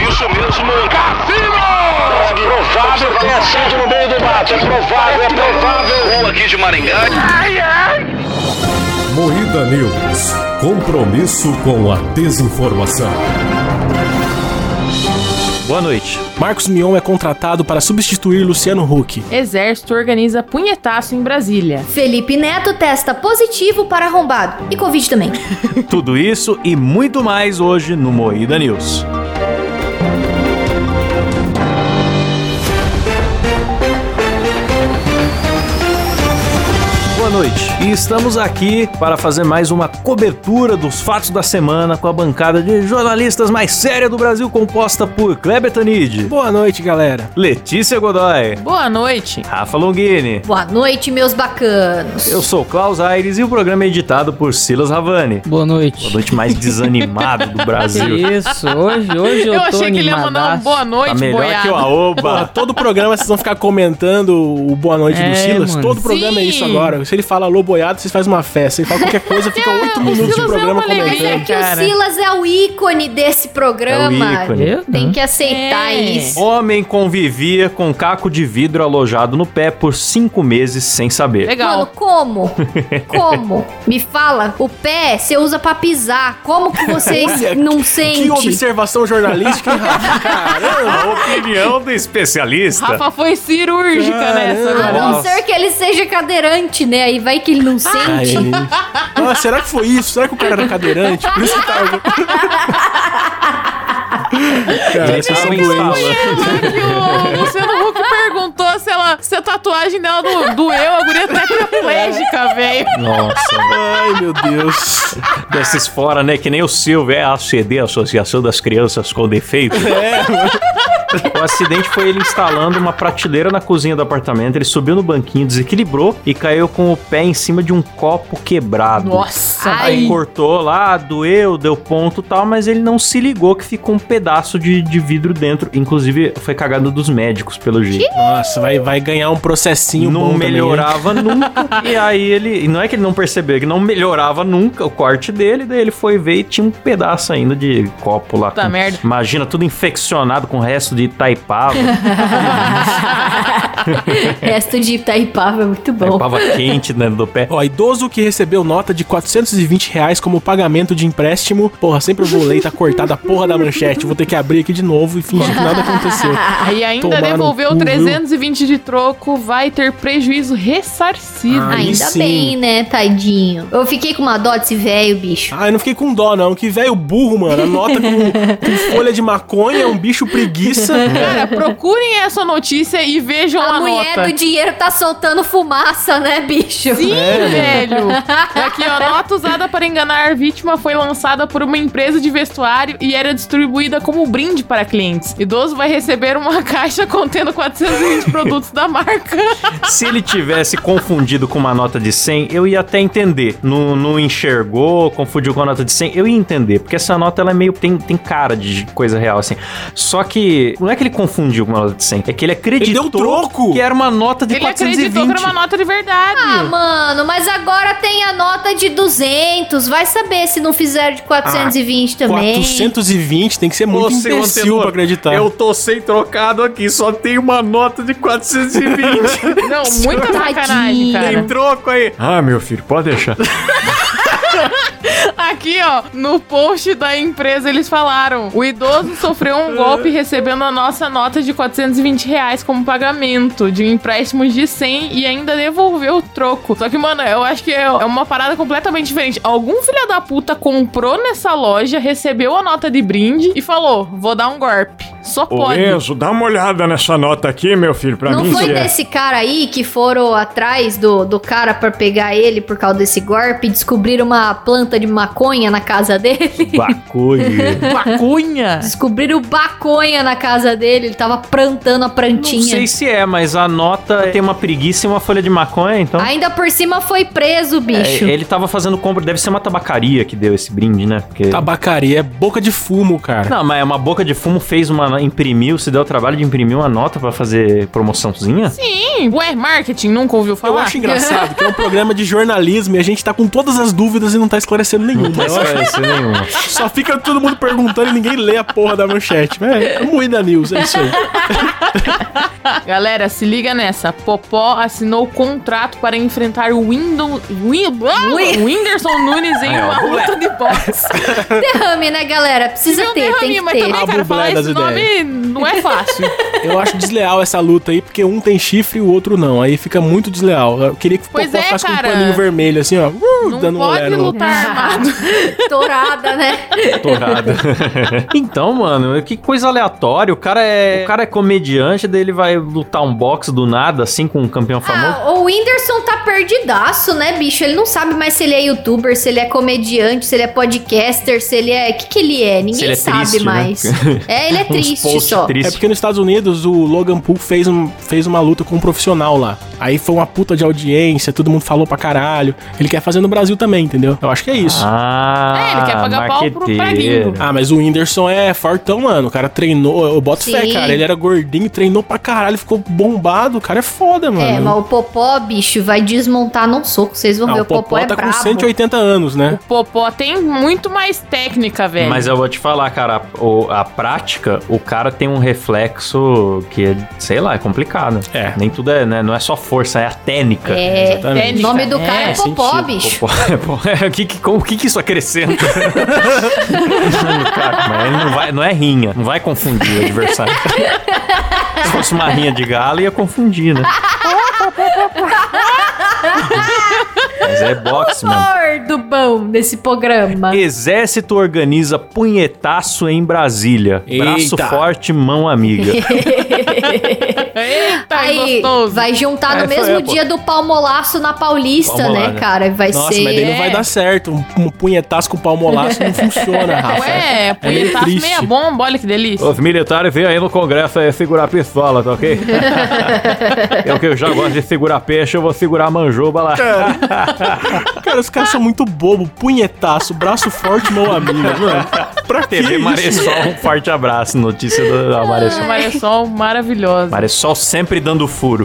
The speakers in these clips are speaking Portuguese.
Cassino! É provável que tenha sido no meio do mato. É provável, é provável. Rua aqui de Maringá. Moída News. Compromisso com a desinformação. Boa noite. Marcos Mion é contratado para substituir Luciano Huck. Exército organiza punhetaço em Brasília. Felipe Neto testa positivo para arrombado. E Covid também. Tudo isso e muito mais hoje no Moída News. Boa noite. E estamos aqui para fazer mais uma cobertura dos fatos da semana com a bancada de jornalistas mais séria do Brasil, composta por Kleber Tanid, Boa noite, galera. Letícia Godoy, Boa noite. Rafa Longini. Boa noite, meus bacanos. Eu sou Klaus Aires e o programa é editado por Silas Ravani. Boa noite. A noite mais desanimado do Brasil. Isso, hoje, hoje eu, Eu tô achei que ele ia mandar um animadaço. boa Tá noite, melhor boiado. que o Porra, Aoba. todo programa vocês vão ficar comentando o boa noite É, do Silas. mano. Todo programa é isso Sim. agora. Se ele fala alô boiado, vocês fazem uma festa. Se ele fala qualquer coisa, fica oito o minutos de Silas é programa uma alegria. Mas é comentando. que o cara. Silas é o ícone desse programa. É o ícone. Eu? Tem que aceitar É. isso. Homem convivia com caco de vidro alojado no pé por cinco meses sem É saber. Mano, Legal. como? Como? Me fala, o pé você usa pra pisar. Como que vocês não Que sente? observação jornalística, hein, Rafa? A opinião do especialista. Rafa foi cirúrgica Caramba. nessa, A galera. não Nossa. ser que ele seja cadeirante, né? Aí vai que ele não sente. Aí. Nossa, Ah, será que foi isso? Será que o cara era cadeirante? Por isso que tava. Cara, Ele vocês são tava doentes. instalando. Lá que o Luciano Huck perguntou se, ela, se a tatuagem dela do, doeu, a guria tá tetraplégica, velho. Nossa, mano. Ai, meu Deus. desses fora, né? Que nem o Silvio, é a ACD, Associação das Crianças com Defeito. É, mano. O acidente foi ele instalando uma prateleira na cozinha do apartamento. Ele subiu no banquinho, desequilibrou e caiu com o pé em cima de um copo quebrado. Nossa. Aí cortou lá, doeu, deu ponto e tal, mas ele não se ligou que ficou um pedaço de, de vidro dentro. Inclusive, foi cagado dos médicos, pelo jeito. Nossa, vai, vai ganhar um processinho bom não também, hein? melhorava nunca. E aí ele. e Não é que ele não percebeu, é que não melhorava nunca o corte dele. Daí ele foi ver e tinha um pedaço ainda de copo lá. Puta com- merda. Imagina, tudo infeccionado com o resto de taipava. Resto de Itaipava é muito bom. taipava quente dentro do pé. Ó, idoso que recebeu nota de 420 reais como pagamento de empréstimo. Porra, sempre eu vou ler e tá cortada a porra da manchete. Vou ter que abrir aqui de novo e fingir que nada aconteceu. Aí ainda Tomar no devolveu cu, viu? 320 de troco, vai ter prejuízo ressarcido. Ah, Ainda sim. bem, né, tadinho. Eu fiquei com uma dó desse velho, bicho. Ah, eu não fiquei com dó, não. Que velho burro, mano. A nota com, com folha de maconha, um bicho preguiça. É, Cara, procurem essa notícia e vejam a, A mulher nota. do dinheiro tá soltando fumaça, né, bicho? Sim, É. é, velho. Aqui, ó. Nota usada para enganar a vítima foi lançada por uma empresa de vestuário e era distribuída como brinde para clientes. Idoso vai receber uma caixa contendo 420 produtos da marca. Se ele tivesse confundido com uma nota de 100, eu ia até entender. Não, não enxergou, confundiu com a nota de 100, eu ia entender. Porque essa nota, ela é meio... Tem, tem cara de coisa real, assim. Só que... Não é que ele confundiu com uma nota de 100, é que ele acreditou Ele deu troco. que era uma nota de Ele acreditou que 420. era uma nota de verdade. Ah, mano, mas agora tem a nota de 200. Vai saber se não fizeram de 420 também. 420 tem que ser muito Ô, seu imbecil um Antenor, pra acreditar. tô sem trocado aqui, só tem uma nota de 420. Não, muita Tadinho. sacanagem, cara. troco aí. Ah, meu filho, pode deixar. Aqui, ó, no post da empresa eles falaram: o idoso sofreu um golpe recebendo a nossa nota de 420 reais como pagamento de um empréstimo de 100 e ainda devolveu o troco. Só que, mano, eu acho que é é uma parada completamente diferente. Algum filho da puta comprou nessa loja, recebeu a nota de brinde e falou: vou dar um golpe. Só Ô, pode. Enzo, dá uma olhada nessa nota aqui, meu filho, pra Não mim foi se é. desse cara aí que foram atrás do, do cara pra pegar ele por causa desse golpe e descobriram uma planta de maconha na casa dele? Bacuia. Bacunha. Descobriram baconha na casa dele, ele tava plantando a Não plantinha. sei se é, mas a nota tem uma preguiça e uma folha de maconha, então... Ainda por cima foi preso, bicho. É, ele tava fazendo compra, deve ser uma Tá tabacaria que deu esse brinde, né? Porque... Tabacaria é boca de fumo, cara. Não, mas é uma boca de fumo fez uma uma, imprimiu, se deu o trabalho de imprimir uma nota pra fazer promoçãozinha? Sim, ué, marketing, nunca ouviu falar? Eu acho engraçado que é um programa de jornalismo e a gente tá com todas as dúvidas e não tá esclarecendo é nenhuma. Eu acho Isso, nenhuma. que só fica todo mundo perguntando e ninguém lê a porra da manchete. É, é moída news, é isso aí. Galera, se liga nessa. Popó assinou contrato para enfrentar o Windows. Win... Wi- O Whindersson Nunes em uma luta de boxe. Derrame, né, galera? Precisa Meu ter, Deus, tem amigo, que mas ter. também, cara, Abu falar Blair das esse nome não é fácil. Eu acho desleal essa luta aí, porque um tem chifre e o outro não. Aí fica muito desleal. Eu queria que o Pois Popó é, ficasse com um cara. paninho vermelho, assim, ó. uh, Não dando um olé pode no... lutar tá armado. Tourada, né? Torrada. então, mano, que coisa aleatória. O cara é, o cara é comediante, daí ele vai lutar um boxe do nada, assim, com um campeão famoso. Ah, o Whindersson tá perdidaço, né, bicho? Ele não sabe mais se ele é youtuber, se ele é comediante, se ele é podcaster, se ele é. O que, que ele é? Ninguém Se ele é sabe triste, né? mais. É, ele é triste posts só. É tristes. porque nos Estados Unidos o Logan Paul fez, um, fez uma luta com um profissional lá. Aí foi uma puta de audiência, todo mundo falou pra caralho. Ele quer fazer no Brasil também, entendeu? Eu acho que é isso. Ah. Ah, É, ele quer pagar pau pro- pra marqueteiro. gringo. mas o Whindersson é fortão, mano. O cara treinou. Eu boto Sim. fé, cara. Ele era gordinho, treinou pra caralho, ficou bombado. O cara é foda, mano. É, mas o Popó, bicho, vai desmontar num soco. Vocês vão Ah, ver, o Popó é tá com brabo. 180 anos, né? Popó tem muito mais técnica, velho. Mas eu vou te falar, cara, a, o- a prática, o cara tem um reflexo que, é, sei lá, é complicado. É. Nem tudo é, né? Não é só força, é a técnica. É, Exatamente. tá o nome do cara é, É, Popó, sentido. bicho. Pô, pô, é, o que, que, como- o que que isso acrescenta? Cara, mas ele não, vai, não é rinha, não vai confundir o adversário. Se fosse uma rinha de galo, ia confundir, né? Mas é boxe, mano. Flor do bom nesse programa. Exército organiza punhetaço em Brasília. Braço Eita. forte, mão amiga. Eita, é Aí gostoso. vai juntar no Tá É, foi- mesmo é, pô. dia do palmolaço na Paulista, Palmolada. né, cara? Vai Nossa, ser. mas daí não vai dar certo. Um, um punhetaço com o palmolaço não funciona, Rafa. é? É é Ué, meio punhetaço triste. tá meia bomba, olha que delícia. Os militares vêm aí no Congresso aí segurar pistola, tá ok? eu que já gosto de segurar peixe, eu vou segurar manjuba lá. É Cara, os caras são muito bobo, punhetaço, braço forte, mão amiga, mano. Pra que TV isso? Maressol, um forte abraço. Notícia do- da Maressol. Maresol maravilhosa. Maressol sempre dando furo.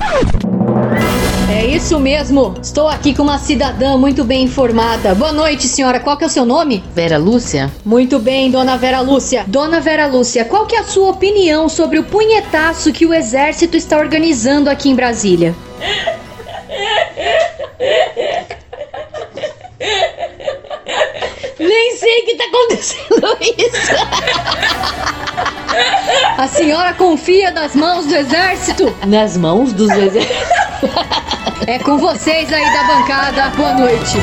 É isso mesmo. Estou aqui com uma cidadã muito bem informada. Boa noite, senhora. Qual que é o seu nome? Vera Lúcia? Muito bem, dona Vera Lúcia. Dona Vera Lúcia, qual que é a sua opinião sobre o punhetaço que o exército está organizando aqui em Brasília? Nem sei o que está acontecendo isso. A senhora confia nas mãos do exército? Nas mãos dos exércitos. É com vocês aí da bancada. Boa noite.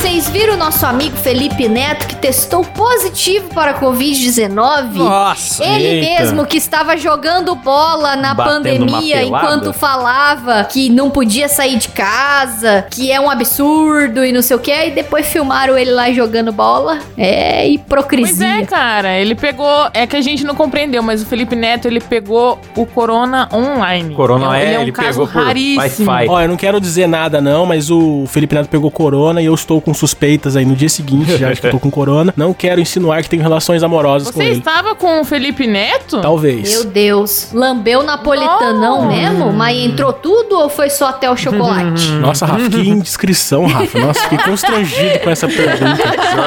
Vocês viram o nosso amigo Felipe Neto que testou positivo para a Covid-19? Nossa! Ele Eita. mesmo que estava jogando bola na Batendo uma pandemia pelada. enquanto falava que não podia sair de casa, que é um absurdo e não sei o que, e depois filmaram ele lá jogando bola. Pois É é, hipocrisia. cara, ele pegou. É que a gente não compreendeu, mas o Felipe Neto ele pegou o Corona online. Corona Então, é, ele é um ele caso pegou por raríssimo. Wi-Fi. Ó, eu não quero dizer nada não, mas o Felipe Neto pegou corona e eu estou com suspeitas aí no dia seguinte, já acho que eu tô com corona. Não quero insinuar que tenho relações amorosas com Você ele. Tá. estava com o Felipe Neto? Talvez. Meu Deus, lambeu napolitanão Uhum. mesmo? Mas entrou tudo ou foi só até o chocolate? Nossa, Rafa, que indiscrição, Rafa. Nossa, fiquei constrangido com essa pergunta.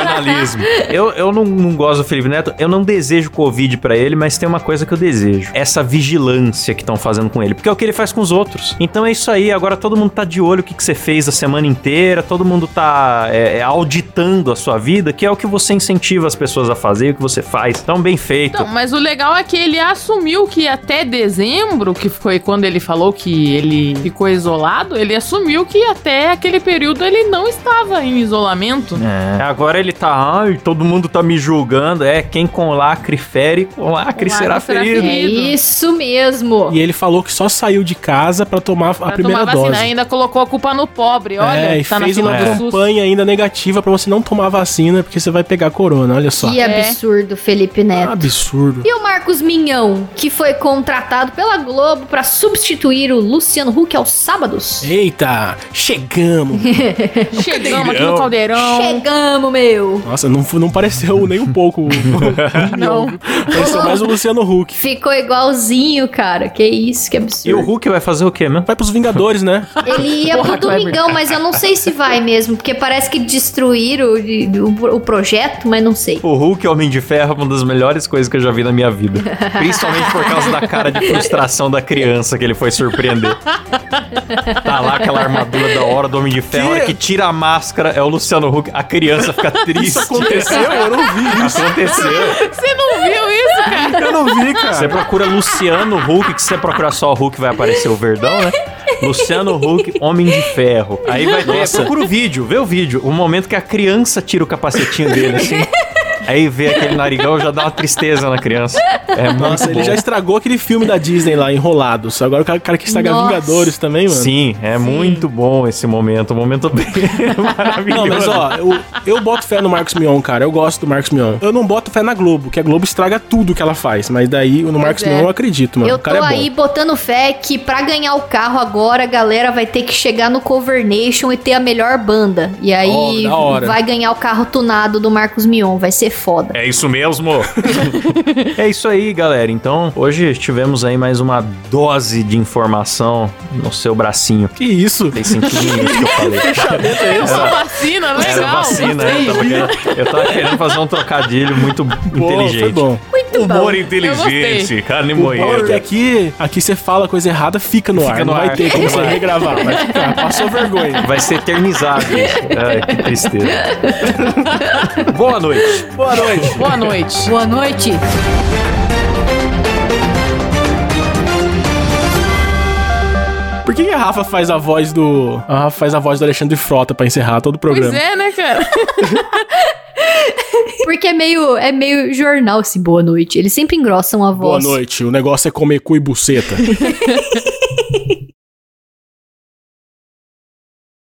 Jornalismo. Eu, eu não, não gosto do Felipe Neto, eu não desejo Covid pra ele, mas tem uma coisa que eu desejo: essa vigilância que estão fazendo com ele. Porque é o que ele faz com os outros. Então é isso aí, agora todo mundo tá de olho o que, que você fez a semana inteira, todo mundo tá é, é, auditando a sua vida, que é o que você incentiva as pessoas a fazer, o que você faz. Então, bem feito. Então, mas o legal é que ele assumiu que até dezembro, que foi quando ele falou que ele ficou isolado, ele assumiu que até aquele período ele não estava em isolamento. É, Agora ele tá, ai, todo mundo tá me julgando. É, quem com lacre fere, com lacre Com será lacre será ferido. ferido. É isso mesmo. E ele falou que só saiu de casa pra tomar a Pra primeira tomar vacina, dose. ainda colocou a culpa no pobre. Olha, é, e tá na fez fila uma do SUS. campanha ainda negativa pra você não tomar vacina, porque você vai pegar corona, olha só. Que É. absurdo, Felipe Neto. Absurdo. E o Marcos Minhão, que foi contratado pela Globo pra substituir o Luciano Huck aos sábados? Eita, chegamos. Chegamos aqui no caldeirão. Chegamos, meu! Nossa, não, fu- não pareceu nem um pouco. o- o- Não. Pareceu mais o Luciano Huck. Ficou igualzinho, cara. Que isso, que absurdo. E o Hulk vai fazer o quê mesmo? Vai pros Vingadores, né? Ele ia pro é Domingão, mas eu não sei se vai mesmo, porque parece que destruíram o, o- o projeto, mas não sei. O Hulk Homem de Ferro é uma das melhores coisas que eu já vi na minha vida. Principalmente por causa da cara de frustração da criança que ele foi surpreender. Tá lá aquela armadura da hora do Homem de Ferro, a hora que tira a máscara, é o Luciano Huck. A criança fica triste. Isso aconteceu? Eu não vi isso. Aconteceu. Você não viu isso, cara? Eu não vi, cara. Você procura Luciano Huck, que se você procurar só o Hulk vai aparecer o Verdão, né? Luciano Huck, Homem de Ferro. Aí vai ter, procura o vídeo, vê o vídeo. O momento que a criança tira o capacetinho dele, assim. Aí vê aquele narigão já dá uma tristeza na criança. É muito Nossa, ele bom. já estragou aquele filme da Disney lá, Enrolados. Agora o cara, o cara que estraga Nossa. Vingadores também, mano. Sim, é muito bom esse momento. Um momento bem maravilhoso. Não, mas ó, eu, eu boto fé no Marcos Mion, cara. Eu gosto do Marcos Mion. Eu não boto fé na Globo, que a Globo estraga tudo que ela faz. Mas daí no Marcos é. Mion eu acredito, mano. eu o tô cara é bom. aí botando fé que pra ganhar o carro agora, a galera vai ter que chegar no Cover Nation e ter a melhor banda. E aí Ó, da hora. vai ganhar o carro tunado do Marcos Mion, vai ser foda. É isso mesmo? é isso aí, galera. Então, hoje tivemos aí mais uma dose de informação no seu bracinho. Que isso? Tem sentido nisso que eu falei. Eu sou vacina, é legal. Era vacina, né? Eu tava, gostei. querendo, eu tava querendo fazer um trocadilho muito Pô, Foi inteligente. bom. Humor Eu inteligente, gostei. carne O bom é que moída. aqui, aqui você fala coisa errada, fica no Fica ar. no não ar. vai ter como Fica você no ar. regravar. Vai ficar. Passou vergonha. É, Vai ser eternizado isso. Ai, que tristeza. Boa noite. Boa noite. Boa noite. Boa noite. Por que que a Rafa faz a voz do. A Rafa faz a voz do Alexandre Frota pra encerrar todo o programa? Pois é, né, cara? Porque é meio, é meio jornal esse boa noite. Eles sempre engrossam a Boa voz. noite. O negócio é comer cu e buceta.